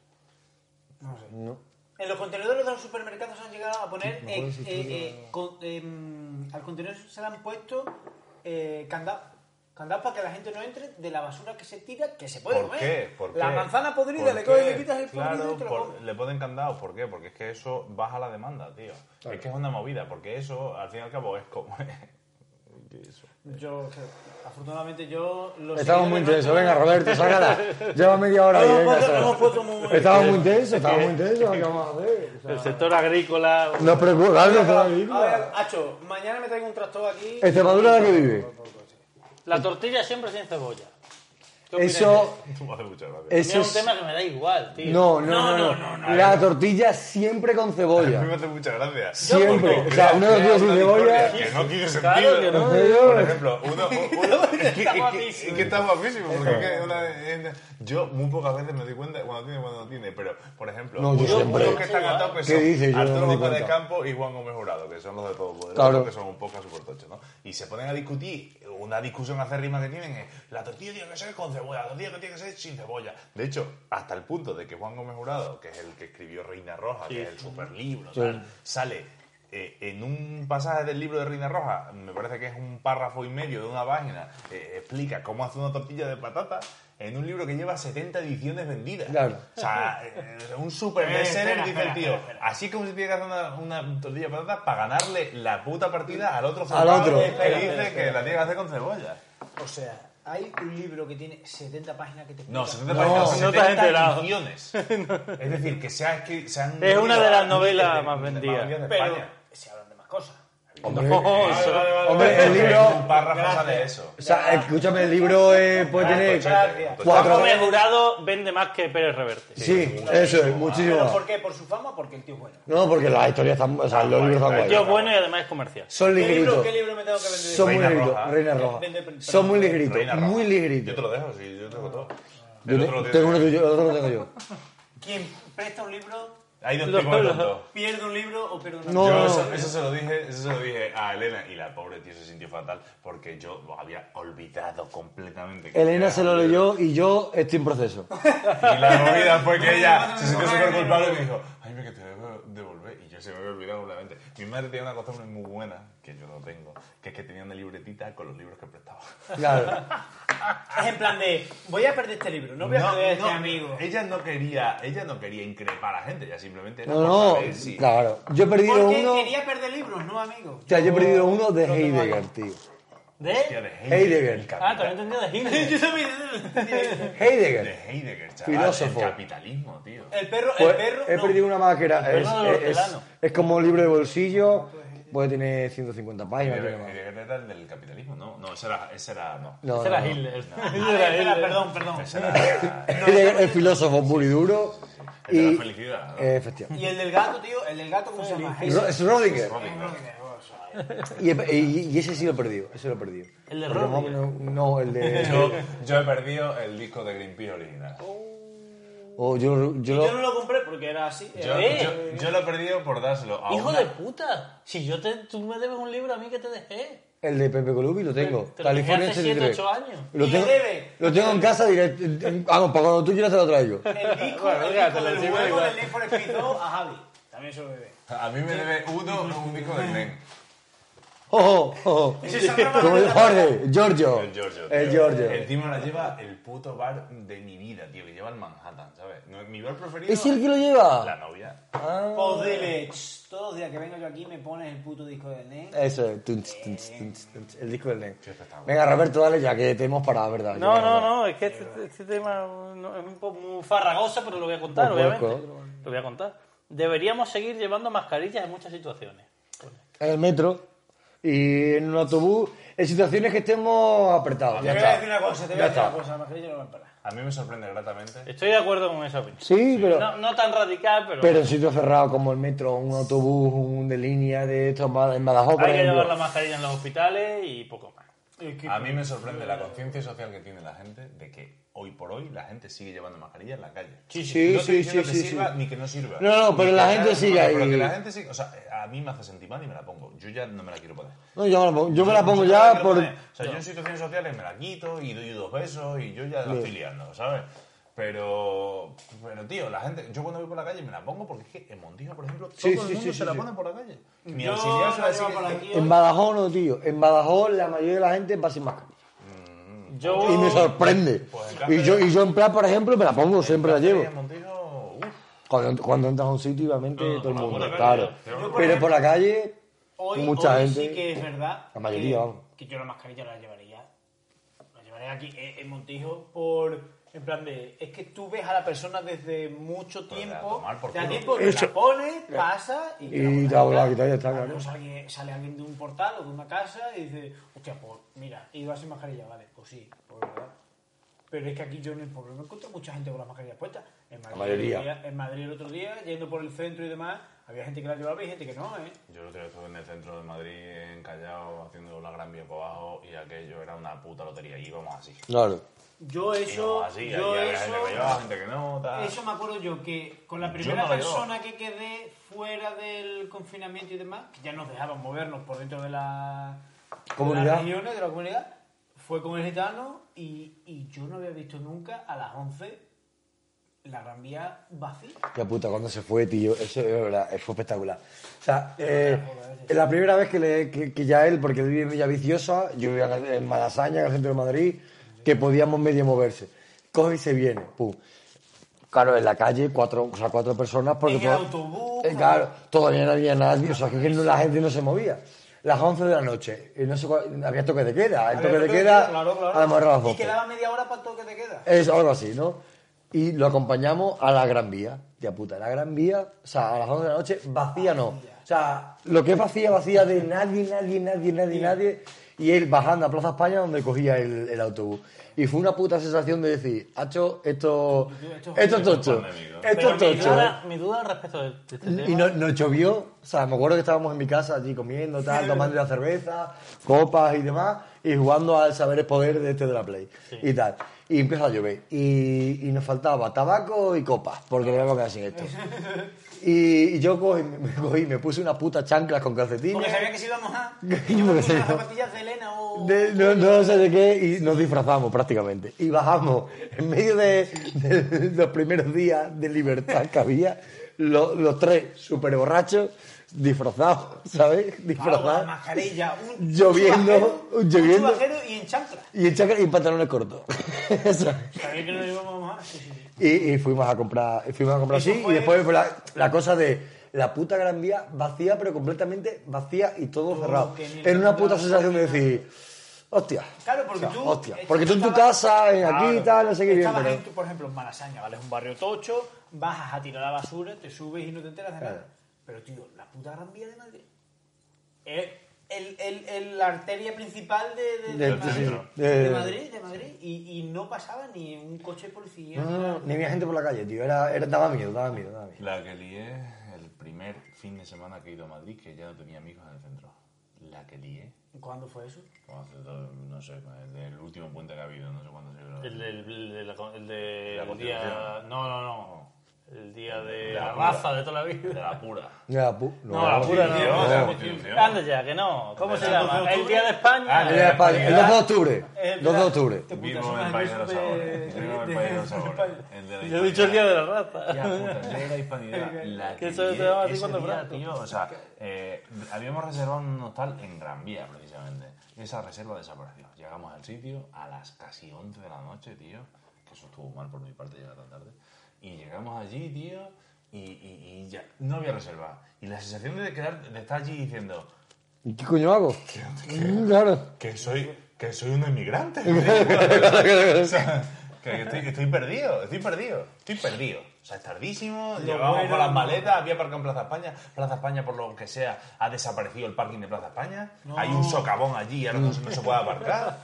No sé. En los contenedores de los supermercados han llegado a poner. eh, eh, eh, con- em, al contenedor se le han puesto eh, candado. Candado para que la gente no entre de la basura que se tira, que se puede ¿Por comer. qué? ¿Por la qué? manzana podrida, ¿Por le coges y qué? le quitas el Claro, podrido y te lo por- comes. le ponen candados, ¿por qué? Porque es que eso baja la demanda, tío. Es que es una movida, porque eso, al fin y al cabo, es como... eso. Yo, creo- afortunadamente, yo. Los Estamos seguidores muy no- intensos. Venga, Roberto, sácala. Lleva media hora ahí. Hemos venga, puesto- sácala. hemos puesto muy- Estaba muy intenso, estaba muy intenso. ¿Qué vamos a hacer? O sea, El sector agrícola. no os preocupéis, dale, A dale, ver, dale. Acho, mañana me traigo un tractor aquí. Extremadura, ¿de qué vive? La tortilla siempre sin cebolla. ¿Qué opináis de Eso, Tú me haces muchas gracias. Mira, eso un tema que me da igual, tío. No, no, no, no. La tortilla siempre con A mí cebolla. me hace muchas gracias. Siempre. Porque O sea, crea- uno de los crea tíos sin una cebolla. discordia Que no tiene Claro sentido. que no. Por ejemplo, uno. uno- es que- es Está que- es guapísimo. que está guapísimo. Porque es que una- es- yo muy pocas veces me doy cuenta cuando tiene cuando no tiene. Pero, por ejemplo, No, yo unos- siempre. unos que están a tope ¿Qué son dices? Yo no me Arturo doy Gómez de cuenta. Campo y Juan Gómez Jurado, que son los de todo poder, Claro. que son un poco supertochos, ¿no? Y se ponen a discutir. Una discusión acérrima que tienen es la tortilla tiene que ser con cebolla, la tortilla que tiene que ser sin cebolla. De hecho, hasta el punto de que Juan Gómez Jurado, que es el que escribió Reina Roja, que es el superlibro, tal, sale eh, en un pasaje del libro de Reina Roja, me parece que es un párrafo y medio de una página, eh, explica cómo hace una tortilla de patata en un libro que lleva 70 ediciones vendidas. Claro. O sea, eh, un super bestseller dice el tío, así como se tiene que hacer una, una tortilla de patata para ganarle la puta partida al otro Al otro. que dice que la tiene que hacer con cebolla. O sea, hay un libro que tiene 70 páginas que te No, explica- 70 páginas, no te has 70 enterado. millones. Es decir, que se, ha escri- se han... Es una de las vendido novelas de- más vendidas. de Pero España. se hablan de más cosas. Hombre, No, o eso- Hombre, el Un libro. párrafo sale eso. sea, escúchame, el libro eh, puede Pues tener. Gracias. Juan Pues Cuatro. Gómez Jurado vende más que Pérez Reverte. Sí, eso es, muchísimo. ¿Pero más. por qué? ¿Por su fama o porque el tío es bueno? No, porque las historias están. O sea, los libros están El tío guay. es bueno y además es comercial. Son ¿Qué libro, ligritos. ¿Qué libro me tengo que vender? Son muy Reina ligritos. Roja. Reina Roja. Vende- perdón. Son muy Reina ligritos. Roja. Muy Yo te ligritos. lo dejo, sí, yo tengo todo. Yo El te- otro lo tengo tiene. uno tuyo, el otro lo tengo yo. ¿Quién presta un libro, Hay dos Lo- tipos de lo- tontos. pierde un libro o pierde una No, Yo no, eso, no. eso se lo dije, eso se lo dije a Elena y la pobre tía se sintió fatal porque yo lo había olvidado completamente. que Elena era se lo un libro. leyó y yo estoy en proceso. Y la movida fue que ella se sintió súper culpable y me dijo, ay, mira, que te debo devolver. Y yo se me había olvidado completamente. Mi madre tenía una costumbre muy buena, que yo no tengo, que es que tenía una libretita con los libros que prestaba. Claro. Es en plan de, voy a perder este libro, no voy a No, perder no, este amigo. Ella no quería, ella no quería increpar a la gente, ella simplemente era por No, no. saber si- Claro. Yo he perdido Porque uno. quería perder libros, no amigos. Ah, O sea, yo he perdido uno de no tengo Heidegger, tío. Hostia, ¿De? de Heidegger. el Ah, capital- también entendido de Hitler. Yo también. De Heidegger. Heidegger, chaval. Filósofo. El capitalismo, tío. El perro, Pues el perro, he no. perdido una más que era. El Es, perro del es- hortelano. es como un libro de bolsillo. pues Puede tener 150 eh, páginas. tiene más. Heidegger era el del capitalismo, ¿no? No, ese era, ese era, no. No, Ese no, era no. Hitler. A ver, espera, eh. perdón, perdón. Ese era Heidegger es filósofo puro y duro. el de Y, la felicidad. ¿no? eh, efectivamente. Y el del gato, tío, el del gato, ¿cómo se llama? Ro- Es Rodinger. Robin, ¿no? Y, he- y- y ese sí lo he perdido. Ese lo he perdido. ¿El de Porque más o Rodinger? menos- No, el de. Yo, yo he perdido el disco de Greenpeace original. o yo, yo Yo lo- no lo compré porque era así. Yo, ¿Eh? yo, yo lo he perdido por dárselo a Hijo una- de puta. Si yo te, tú me debes un libro a mí que te dejé. El de Pepe Colubi lo tengo. Te lo California dejé hace 83. 7, 8 años. Lo ¿Y tengo, lo debe? lo tengo en casa directo. Vamos, para cuando tú quieras te lo traigo. El disco, Bueno, el venga, disco te lo del decimos juego igual. del Need for Speed 2 a Javi. También se lo bebe. A mí me debe uno un disco de Nen. Oh, oh, oh. Ese es otro Como el maravilloso. Jorge, Giorgio. El Giorgio. El tío. Giorgio. Encima la lleva el puto bar de mi vida, tío, que lleva el Manhattan, ¿sabes? No, Mi bar preferido ¿Es el que lo lleva? la novia. Pues dile, "Ch, todos los días que vengo yo aquí me pones el puto disco del NEN. Eso, es. Tunch, tunch, tunch, tunch. el disco del Nen. Venga, Roberto, dale ya que te hemos parado, ¿verdad? No, no, no, es que este, este tema no- es un poco muy farragoso, pero lo voy a contar, Pues puedes obviamente. Lo voy a contar. Deberíamos seguir llevando mascarillas en muchas situaciones. En el metro y en un autobús, en situaciones que estemos apretados. Te Ya voy a decir está. una cosa, te voy Ya a decir está. una cosa, la mascarilla no va a parar. A mí me sorprende gratamente. Estoy de acuerdo con esa opinión. Sí, pero. No, no tan radical, pero, Pero en sitios cerrados como el metro, un autobús, un de línea de estos en Badajoz, por hay que llevar ejemplo. la mascarilla en los hospitales y poco más. A mí me sorprende la conciencia social que tiene la gente de que hoy por hoy la gente sigue llevando mascarilla en la calle. sí, no estoy sí, diciendo sí, que sí, sirva sí. ni que no sirva. No, no, Ni pero que la sea- gente sigue ahí. Pero que la gente sigue, o sea, a mí me hace sentir mal y me la pongo. Yo ya no me la quiero poner. No, yo me la pongo, yo me la pongo Yo no ya quiero por. poner. O sea, yo en situaciones sociales me la quito y doy dos besos y yo ya la estoy liando, ¿sabes? Pero, pero tío, la gente, yo cuando voy por la calle me la pongo porque es que en Montija, por ejemplo, todo Sí, el sí, mundo sí, se sí, la sí. pone por la calle. Mi Yo auxiliar se la la llevo sigue- por aquí En Badajoz no, tío. En Badajoz la mayoría de la gente va sin mascarilla. Yo, Oh. Y me sorprende. Pues en Cáceres- Y yo, y yo en plan, por ejemplo, me la pongo, siempre la llevo. En Montijo, uff. Cuando, cuando entras a un sitio, obviamente, todo el por la mundo, calle, claro. yo Pero por la calle, Hoy, mucha hoy gente, sí que es verdad. la mayoría, que vamos. que yo la mascarilla la llevaría. La llevaría aquí eh, en Montijo por. En plan de, es que tú ves a la persona desde mucho Pues a tiempo, tomar por te da culo. tiempo, te la Eso. pones, pasa y Y te la hago vuelves a la guitarra y ya está, Ah, claro. no, sale, sale alguien de un portal o de una casa y dice, hostia, pues mira, iba sin mascarilla, vale, pues sí, pues verdad. Pero es que aquí yo en el pueblo no encuentro mucha gente con las mascarillas puestas. En Madrid, mayoría. el otro día- en Madrid el otro día, yendo por el centro y demás, había gente que la llevaba y gente que no, ¿eh? Yo el otro día estuve en el centro de Madrid, en Callao, haciendo la gran vía por abajo y aquello era una puta lotería. Y íbamos así. Claro. Yo eso, Íbamos así, allí yo había gente que llevaba, eso, gente que no, tal. eso me acuerdo yo que con la Yo primera no la llevaba. persona que quedé fuera del confinamiento y demás, que ya nos dejaban movernos por dentro de la de Comunidad. las regiones, de la comunidad, fue con el gitano y, y yo no había visto nunca a las 11 la Gran Vía vacía. Qué puta, cuando se fue, tío. Eso es verdad, fue espectacular. O sea, eh, la primera vez que, le- que- que ya él, porque él vive en Villa Viciosa, yo vivía en la- en Malasaña, en el centro de Madrid, que podíamos medio moverse. Coge y se viene, pum. Claro, en la calle, cuatro, o sea, cuatro personas. Porque En el autobús, Eh, claro, todavía no había nadie, o sea, que no- la gente no se movía. Las 11 de la noche, y no sé cuál- había toque de queda. El toque de queda, Claro, claro. a lo mejor era a las Y 12. quedaba media hora para el toque de queda. Es algo así, ¿no? Y lo acompañamos a la Gran Vía. Tía puta, la Gran Vía, o sea, a las 11 de la noche, vacía no. O sea, lo que es vacía, vacía de nadie, nadie, nadie, nadie, nadie. Y él bajando a Plaza España donde cogía el, el autobús. Y fue una puta sensación de decir, hacho, esto, esto es tocho. Esto es Pero mi, tocho. ¿eh? duda, mi duda al respecto de, de este tema. Y no- nos llovió, o sea, me acuerdo que estábamos en mi casa allí comiendo, tal, tomando la cerveza, copas y demás, y jugando al saber el poder de este de la Play y tal. Y empieza a llover. Y, y nos faltaba tabaco y copas, porque me iba a quedar sin esto. Y, y yo cogí, me cogí, me puse unas putas chanclas con Porque calcetines. sabía que si íbamos a... Yo me Unas sé. zapatillas de Elena o... De- no, no sé de qué, y nos disfrazamos prácticamente. Y bajamos, en medio de, de los primeros días de libertad que había, lo- los tres súper borrachos, disfrazados, ¿sabes? Claro, con la Disfrazados. mascarilla, un Lloviendo, chubajero, un lloviendo. chubajero y en chancla. Y en chaca- y en pantalones cortos. Eso. Sabía que no íbamos a... Sí, sí, sí. Y, y fuimos a comprar, fuimos a comprar Eso así, fue- y después fue la, la cosa de. La puta Gran Vía vacía, pero completamente vacía y todo cerrado. que ni Era una puta puta sensación de decir, hostia. Claro, porque o sea, tú hostia. estabas- Porque tú en tu casa, en aquí y tal, no sé qué bien, Estabas pero- en tu- por ejemplo, en Malasaña, ¿vale? Es un barrio tocho, bajas a tirar la basura, te subes y no te enteras de nada. Claro. Pero, tío, la puta Gran Vía de Madrid es el, el, el- la arteria principal de, de, de Del- Eh, Madrid, sí, de, de- Madrid, de Madrid. Y, y no pasaba ni un coche de policía. No, no, no, ni había gente por la calle, tío. Era, era, daba miedo, daba miedo, daba miedo. La que lié el primer fin de semana que he ido a Madrid, que ya no tenía amigos en el centro. La que lié. ¿Cuándo fue eso? como hace todo- no sé, el, el último puente que ha habido, no sé cuándo se lo- El del el de la- el de- La el día. Constitución. No, no, no. El día de La la pura. raza de toda la De vida. la pura. Era pu- no, No, la pura Sí, tío, no. de la Constitución. Anda ya, que no. ¿Cómo De se la- llama? de El día de España. Ah, el Era de España, el 2 de octubre. El 2 de octubre. Te putas, Vivo en son el país de los súper- sabores. Vivo en el de- país de los de- de- sabores. El de la Yo he dicho el día de la raza. Ya, puta, el día de la hispanidad. La Que que eso se lié llama así ese cuando día, Franco. tío, o sea, eh, habíamos reservado un hostal en Gran Vía, precisamente. Esa reserva desapareció. Llegamos al sitio a las casi 11 de la noche, tío. Que eso estuvo mal por mi parte llegar tan tarde. Y llegamos allí, tío, y, y- y ya no había reserva. Y la sensación de, quedar, de estar allí diciendo ¿Y qué coño hago? Mm, Claro. que soy, que soy un emigrante. tío. O sea, que estoy, que estoy perdido, estoy perdido, estoy perdido. O sea, es tardísimo, llevábamos bueno- con las maletas, había parque en Plaza España. Plaza España, por lo que sea, ha desaparecido el parking de Plaza España. Hay un socavón allí, ahora no, se- no se puede aparcar.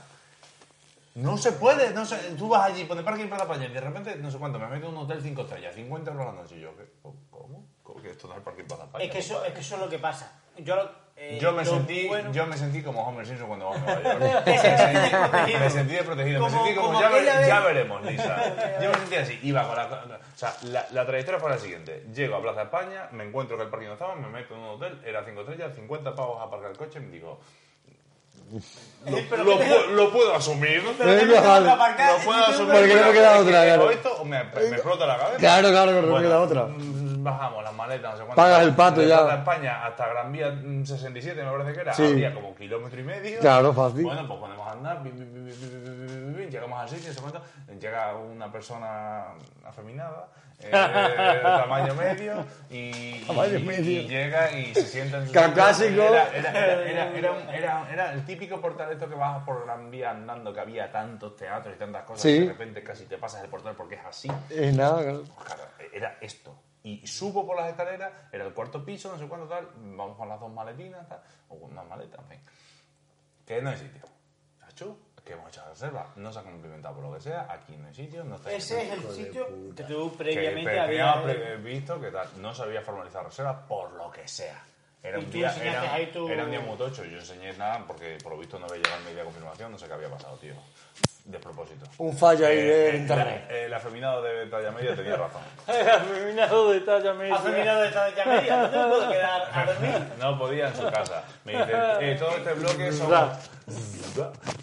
No se puede, no se, tú vas allí, pones parking Plaza España y de repente, no sé cuánto, me meto en un hotel 5 estrellas, 50 euros la noche. Y yo, ¿qué? ¿cómo? ¿Cómo que esto no es parking Plaza España? Es que eso es que eso es lo que pasa. Yo, lo- eh, Yo me, lo sentí, bueno- yo me sentí como Homer Simpson cuando vamos a Nueva York. Te Me sentiste sentí, desprotegido. me sentí desprotegido. Como- me sentí como, como ya, aquella vere- vez. ya veremos, Lisa. Yo me sentí así. Iba con la, o sea, la, la trayectoria fue la siguiente. Llego a Plaza España, me encuentro que el parking no estaba, me meto en un hotel, era 5 estrellas, 50 pavos a aparcar el coche y me digo... Lo, lo pu- lo puedo asumir. Pero que me tengo que aparcar. Lo puedo asumir. Porque no me queda Es que otra, o claro. esto o me, me explota la cabeza. Claro, claro, claro, Bueno, que la otra. mm, bajamos las maletas, no sé cuánto. Pagas el pato de ya. Plaza España hasta Gran Vía mm, 67, me parece que era. Sí. Había como kilómetro y medio. Claro, fácil. Bueno, pues podemos andar, bin, bin, bin, bin, bin, bin, bin, bin, bin, llegamos al sitio, no sé cuánto. Llega una persona afeminada, eh, de tamaño medio, y, Tamaño y- medio. y llega y se sienta en su Caucásico. sitio. Era, era, era, era- era un- era- era el típico portaleto que bajas por Gran Vía andando, que había tantos teatros y tantas cosas, Sí. que de repente casi te pasas el portal porque es así. Es nada, claro. Claro, era esto. Y subo por las escaleras, era el cuarto piso, no sé cuánto tal, vamos con las dos maletinas, tal, o con unas maletas, en fin. Que no hay sitio. Achú, que hemos hecho la reserva, no se ha cumplimentado por lo que sea, aquí no hay sitio, no está Ese es el sitio que tú Que previamente teníamos habías... eh, pre- visto que tal, no se había formalizado reserva por lo que sea. Era Y un, tú día, enseñaste era, ahí tu- era un día muy tocho, yo enseñé nada porque por lo visto no había llegado el medio de confirmación, no sé qué había pasado, tío. De propósito. Un fallo ahí de Eh, eh, internet. El, afeminado de talla media tenía razón. Afeminado de talla Ah, media. Afeminado de esta llamería, no te puedo quedar a dormir. No podía en su casa. Me dice, eh, todo este bloque somos...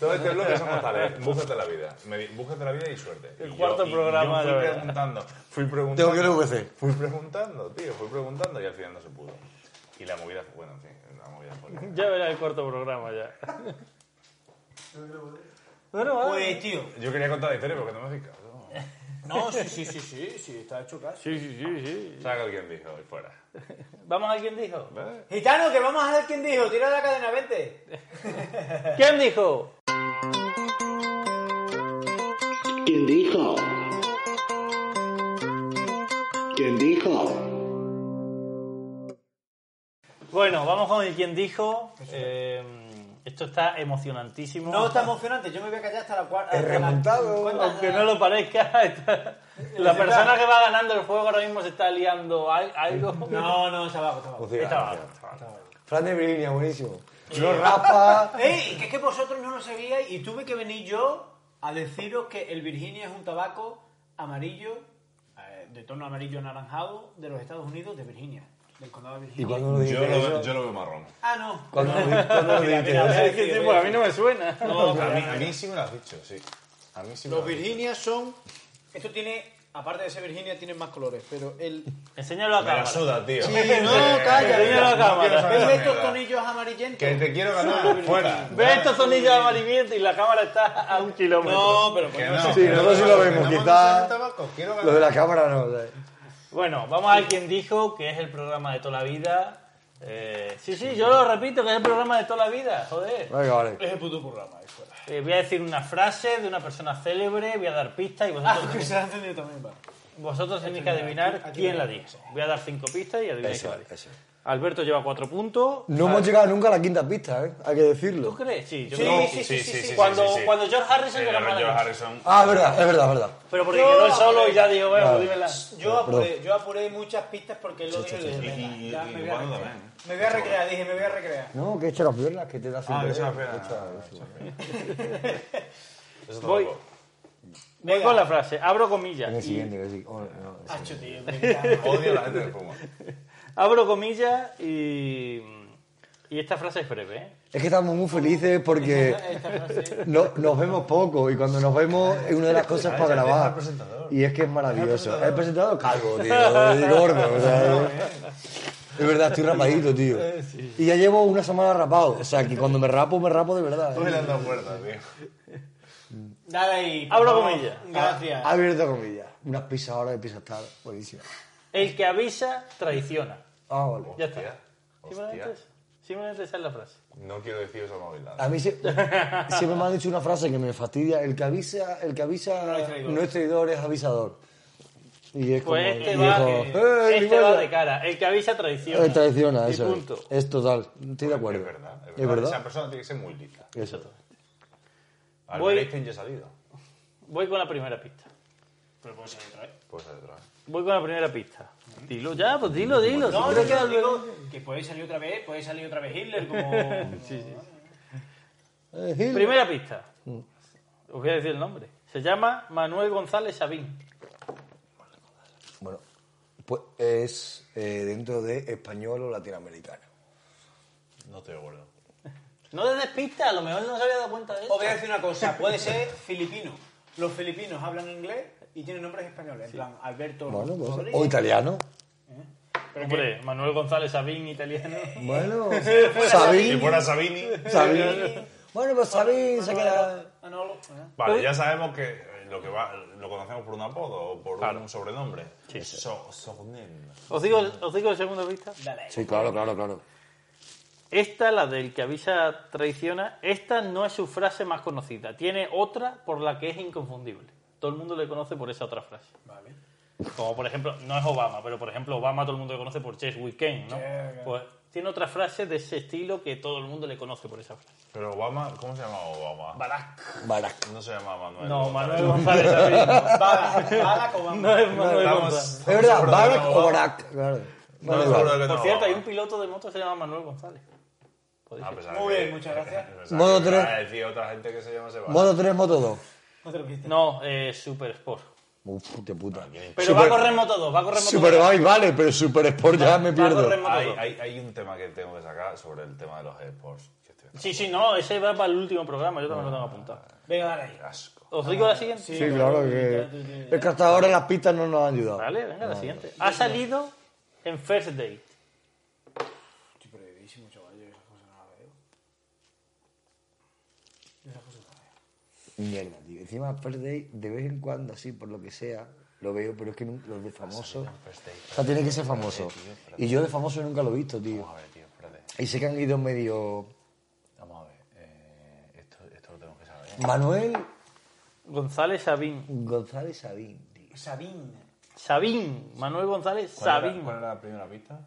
Todo este bloque somos tales. Búscate la vida. Me di- búscate la vida y suerte. Y El yo- cuarto y programa, yo la fui verdad. preguntando. Fui Tengo preguntando. que ir a VC. Fui preguntando, tío. Fui preguntando y al final no se pudo. Y la movida... Bueno, en fin. La movida fue... Ya verás el cuarto programa ya. Bueno, vale. Pues, tío. Yo quería contar la historia porque no me hacéis caso. No, sí, sí, sí, sí, sí, está hecho caso. Sí, sí, sí, sí. Saca alguien dijo y fuera. Vamos a quien dijo. ¿Ves? Gitano, que vamos a ver quién dijo, tira la cadena, vente. ¿Quién dijo? ¿Quién dijo? ¿Quién dijo? Bueno, vamos con el quien dijo. Eh, esto está emocionantísimo. No está emocionante, yo me voy a callar hasta la cuarta. He remontado. Aunque no lo parezca, está- la persona que va ganando el juego ahora mismo se está liando al- algo. No, no, está abajo, está abajo. Hostia, Está hostia. abajo. Fran de Virginia, buenísimo. No raspa. ¡Ey! Que es que vosotros no lo sabíais y tuve que venir yo a deciros que el Virginia es un tabaco amarillo, eh, de tono amarillo anaranjado, de los Estados Unidos, de Virginia, del condado de ¿Y Virginia. cuando lo dijiste Yo lo, eso? veo- yo lo veo marrón. Ah, no. ¿Cuándo lo dijiste- cuándo lo Mira, dijiste mira, eso? mira. Es que, tipo, a mí no me suena. A mí, a mí sí me lo has dicho, sí. A mí sí me lo Los has dicho. Virginia son... Esto tiene, aparte de ser Virginia, tiene más colores, pero el... Enséñalo a Me la cámara. suda, tío. Sí, no, calla. Enséñalo a cámara. quiero ¿Ves saber estos nada. tonillos amarillentos? Que te quiero ganar fuera. Ve estos sonidos de amarillento y la cámara está a un kilómetro. No, pero... Que coño, no. Sí, nosotros sí lo vemos, Que no quizá- me el tabaco, quiero ganar. Lo de la cámara no. o sea. Bueno, vamos a quien dijo que es el programa de toda la vida. Eh, sí, sí, yo lo repito, que es el programa de toda la vida, joder. Venga, vale. Es el puto programa, ahí fuera. Eh, voy a decir una frase de una persona célebre, voy a dar pistas y Ah, vosotros, que se ha encendido también, va. vosotros tenéis que adivinar quién la dijo. Voy a dar cinco pistas y adivináis quién la dijo. eso. Alberto lleva cuatro puntos. No hemos llegado nunca a la quinta pista, ¿eh? Hay que decirlo. ¿Tú crees? Sí, yo Sí, creo. sí, sí, sí, sí, sí, Cuando, sí, sí. cuando George Harrison El llegó a la George radio. Harrison. Ah, es verdad, es verdad, es verdad. Pero porque Yo- quedó él solo y ya dijo, bueno, dímela. Yo apuré, yo apuré muchas pistas porque él lo dijo y dije, Y- venga, y- ya, y me voy a Wanda recrear. también, ¿eh? Me voy a recrear, dije, me voy a recrear. No, que he hecho las piernas, que te da sin Ah, que querer. se me pega. Echa- echa. ¿eh? Eso Voy. tampoco. Voy con la frase, abro comillas. En el y- siguiente, que sí. Oh, no, ese. Acho, tío, me encanta. Odio a la gente que fuma. Abro comillas y. Y esta frase es breve, ¿eh? Es que estamos muy felices porque no- nos vemos poco y cuando nos vemos es una de las cosas para grabar. Y es que es maravilloso. He presentado calvo, tío, y gordo. o sea, es verdad, estoy rapadito, tío. Y ya llevo una semana rapado. O sea, que cuando me rapo, me rapo de verdad. Tú ¿eh? me le has dado puertas, tío. Dale ahí. por Abro favor. comillas. Ah, Gracias. Ha abierto comillas. Unas pizzas ahora de pizza tal. Buenísimo. El que avisa, traiciona. Ah, vale. Ya está. Hostia. Simplemente, Hostia. es- simplemente esa es la frase. No quiero decir eso a Bin Laden. A mí se- siempre me han dicho una frase que me fastidia. El que avisa, el que avisa no, es traidor. es traidor, es avisador. Y es Pues como... este, y va, dijo, "Eh, este Ligoya". va de cara. El que avisa, traiciona. Eh, traiciona, Y eso. es. punto. Pues Es total, estoy de acuerdo. Es verdad, es verdad. Esa persona tiene que ser muy lista. Eso. Al Voy. Einstein ya ha salido. Voy con la primera pista. Pero puedo salir otra vez. Pues detrás. Voy con la primera pista. Dilo ya, pues dilo, No, dilo. si no, creo que yo Alberto- digo que puede salir otra vez, puede salir otra vez Hitler, como... sí, sí. Eh, Gil. Primera pista. Os voy a decir el nombre. Se llama Manuel González Sabín. Bueno, pues es eh, dentro de español o latinoamericano. No estoy de acuerdo. No te des pista, a lo mejor no se había dado cuenta de eso. Os voy a decir una cosa, puede ser filipino. Los filipinos hablan inglés y tienen nombres españoles, en plan Alberto Bueno, pues, Rodríguez. o italiano. Pero Hombre, Manuel González Sabín, italiano. Bueno, Y Sabín. fuera Sabini. Sabín. Bueno, pues Sabín se queda. Manolo, ¿eh? Vale, ya sabemos que eh, lo que va, lo conocemos por un apodo o por un sobrenombre. So- Sognen. Os digo, os digo el segundo vista. Dale. Sí, claro, claro, claro. Esta, la del que avisa traiciona, esta no es su frase más conocida. Tiene otra por la que es inconfundible. Todo el mundo le conoce por esa otra frase. Vale. Como por ejemplo, no es Obama, pero por ejemplo, Obama todo el mundo le conoce por Chess Weekend, ¿no? Pues tiene otra frase de ese estilo que todo el mundo le conoce por esa frase. Pero Obama, ¿cómo se llama Obama? Barack. Barack. No se llama Manuel. No, González. Manuel González Sabino. Bala, bala como No es Manuel Estamos- González. Es verdad, seguro que Barack no, o Barack. Claro. No, Vale, seguro vale. que no, Por cierto, hay Obama. un piloto de moto que se llama Manuel González. Podéis A ver. pesar Muy de Ah, pues que- bien, muchas gracias. a pesar de Modo que me tres. va a decir otra gente que se llama Sebastián. Modo 3, moto 2. No te lo viste. No, eh, Super Sport. Uf, de puta. Pero Super- va a correr Moto 2, va a correr Moto 2. Superbike vale, pero Super Sport ya me Va a pierdo. correr Moto hay, 2. hay, hay un tema que tengo que sacar sobre el tema de los esports. Que estoy Sí, sí, no, ese va para el último programa, yo también lo tengo apuntado. Venga, dale. asco. ¿Os digo la siguiente? Sí, claro que. Es que hasta ahora las pistas no nos han ayudado. Vale, venga, la siguiente. Ha salido en First Date. Estoy perdidísimo, chaval. Yo esas cosas no las veo. Yo esas cosas no las veo. Mierda, tío. Encima, First Day, de vez en cuando, así, por lo que sea, lo veo, pero es que nun- los de famosos. Pues O sea, tiene que ser famoso. Y yo de famoso nunca lo he visto, tío. A ver, tío, espérate. Y sé que han ido medio. Vamos a ver. eh, esto, esto lo tengo que saber. ¿eh? Manuel González Sabín. González Sabín, tío. Sabín. Sabín. Manuel González ¿Cuál era- Sabín. ¿Cuál era la primera pista?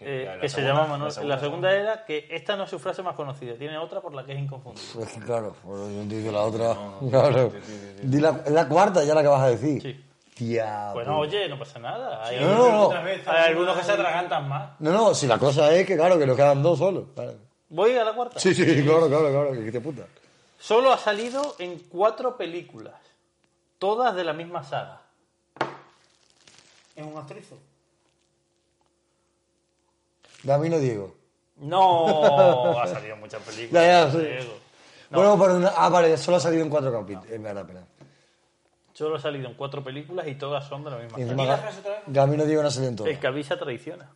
Eh, la que se segunda- llama Manuel. La segunda, segunda. era que esta no es su frase más conocida, tiene otra por la que es inconfundible. Pues que claro, bueno, yo digo la otra. claro. Di la, es la cuarta ya la que vas a decir. Sí. Tía. Pues no, oye, no pasa nada. Hay, No, Ah, no, no. Otra vez, hay algunos que se atragantan más. No, no, si la cosa es que, claro, que nos quedan dos solos. claro. Voy a la cuarta. Sí, sí, claro, claro, claro, que te puta. Solo ha salido en cuatro películas, todas de la misma saga. Es un actrizo. Damino Diego. No, ha salido en muchas películas. Ya, ya, sí. Diego. Bueno, pero una- ah, vale, solo ha salido en cuatro capítulos. Es verdad, pena. Solo ha salido en cuatro películas y todas son de la misma Y saga. encima la Ga- frase otra vez? Gamino Diego no ha salido en todo. El que avisa traiciona.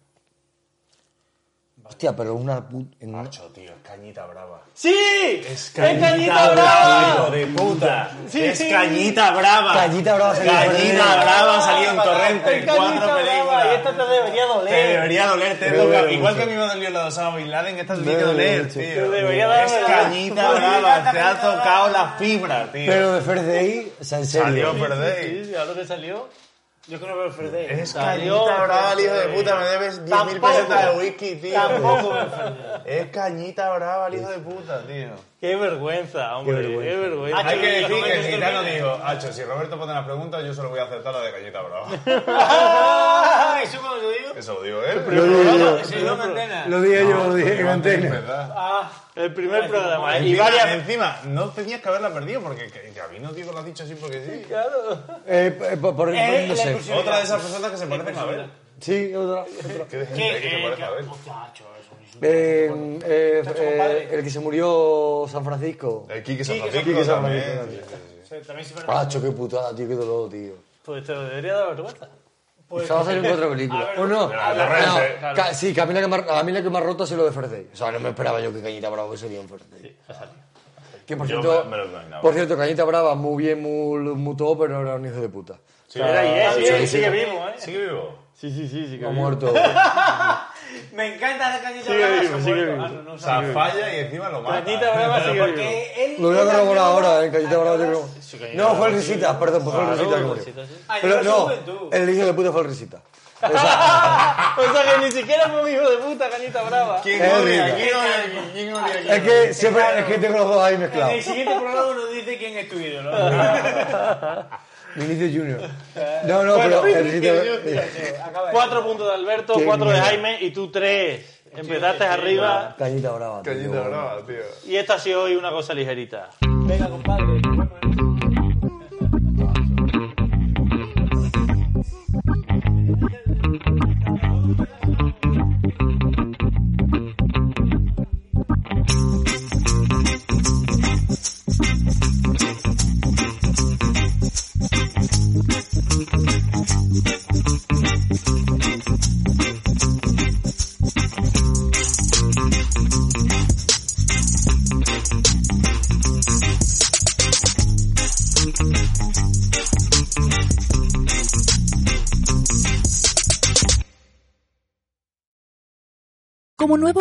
Hostia, pero una puta. En una... Macho, tío, es cañita brava. ¡Sí! ¡Es Cañita hijo Brava! de puta! Sí, ¡Es sí. cañita brava! Cañita Brava salió en Cañita Torrente. brava salió en torrente Es en Cañita cuatro Brava, películas. Y esta te debería Te doler. debería doler, te Pero- toca. Igual que a mí me dolió la de Osama Bin Laden, esta te tiene que Pero- doler, sí. tío. Te debería dar Es la- cañita brava, te ha tocado la fibra, tío. Pero de Ferdey, o sea, en serio. Salió, perdéis. Sí, sí, ahora que salió. Yo creo que veo el Freddy. Es Salió, cañita brava, el hijo de sí. puta, me debes 10.000 Tampoco. pesetas de whisky, tío. Tampoco. Es cañita brava, el hijo de puta, tío. Qué vergüenza, hombre. Qué vergüenza. vergüenza. Ah, Hay que decir que el gitano dijo, Hacho, si Roberto pone las preguntas, yo solo voy a aceptar la de Cañita Brava. ¿Eso cuando lo digo? Eso lo digo él. Lo dije yo. Sí, no me antena. Lo dije yo, lo dije en antena. ¿verdad? Ah, el primer programa. ¿eh? Y Encima, varias. encima, no tenías que haberla perdido porque que- que a mí no digo lo has dicho así porque sí. Eh, eh, por, por- Eh, no la sé. exclusiva. Otra de esas personas que se parecen a Abel. Sí, otra. otra. ¿Qué de gente hay que se parece a Abel? Eh, eh, eh, el que se murió San Francisco. Eh. El Kiki San Kiki Francisco San también. Francisco, sí, sí, sí. Sí, También se parece. Pacho, qué putada, tío, qué dolor, tío. Pues te debería dar vergüenza. Pues, Estaba saliendo en cuatro películas. ¿O no? Pero la torrente. No, ca- sí, que a mí la que más, a mí la que más rota ha sido lo de Ferdey. O sea, no me esperaba yo que Cañita Brava sería un Ferdey. Ha salido. Que por Yo cierto, me- me lo imaginaba. por cierto, Cañita Brava, muy bien, muy, muy todo, pero era un hijo de puta. Sí, Era y Ah, es, sí, sigue, sí, sigue sí. vivo, ¿eh? ¿Sigue vivo? Sí, sí, sí, sigue Ha muerto. Me encanta la cañita Sigue brava. vivo, se ha sigue muerto. vivo. Ah, no, no, O sea, falla y encima lo mata. Cañita Brava Pero sigue porque- vivo. que él- Lo voy a él corroborar habló- ahora, eh, Cañita Brava, yo creo. Sí, Cañita No, fue el Brava, Risita, perdón, pues fue el Claro, Risita que el murió. Risita, sí. Ay, Pero no, no, juventud. el hijo de puta fue el Risita. O sea, O sea que ni siquiera fue un hijo de puta, Cañita Brava. ¿Quién Es odia? horrible. ¿Quién odia? aquí? ¿Quién odia? aquí? es que siempre, es que tengo los dos ahí En mezclados. el siguiente programa nos dice quién es tu ídolo. Vinicio Junior. Eh, No, no, pero el Risita... Acaba de- Cuatro puntos de Alberto, Qué cuatro de mierda. Jaime y tú tres. Empezaste arriba Cañita Brava. tío. Cañita Brava, tío. y esta ha sido hoy una cosa ligerita. Venga, compadre. Como nuevo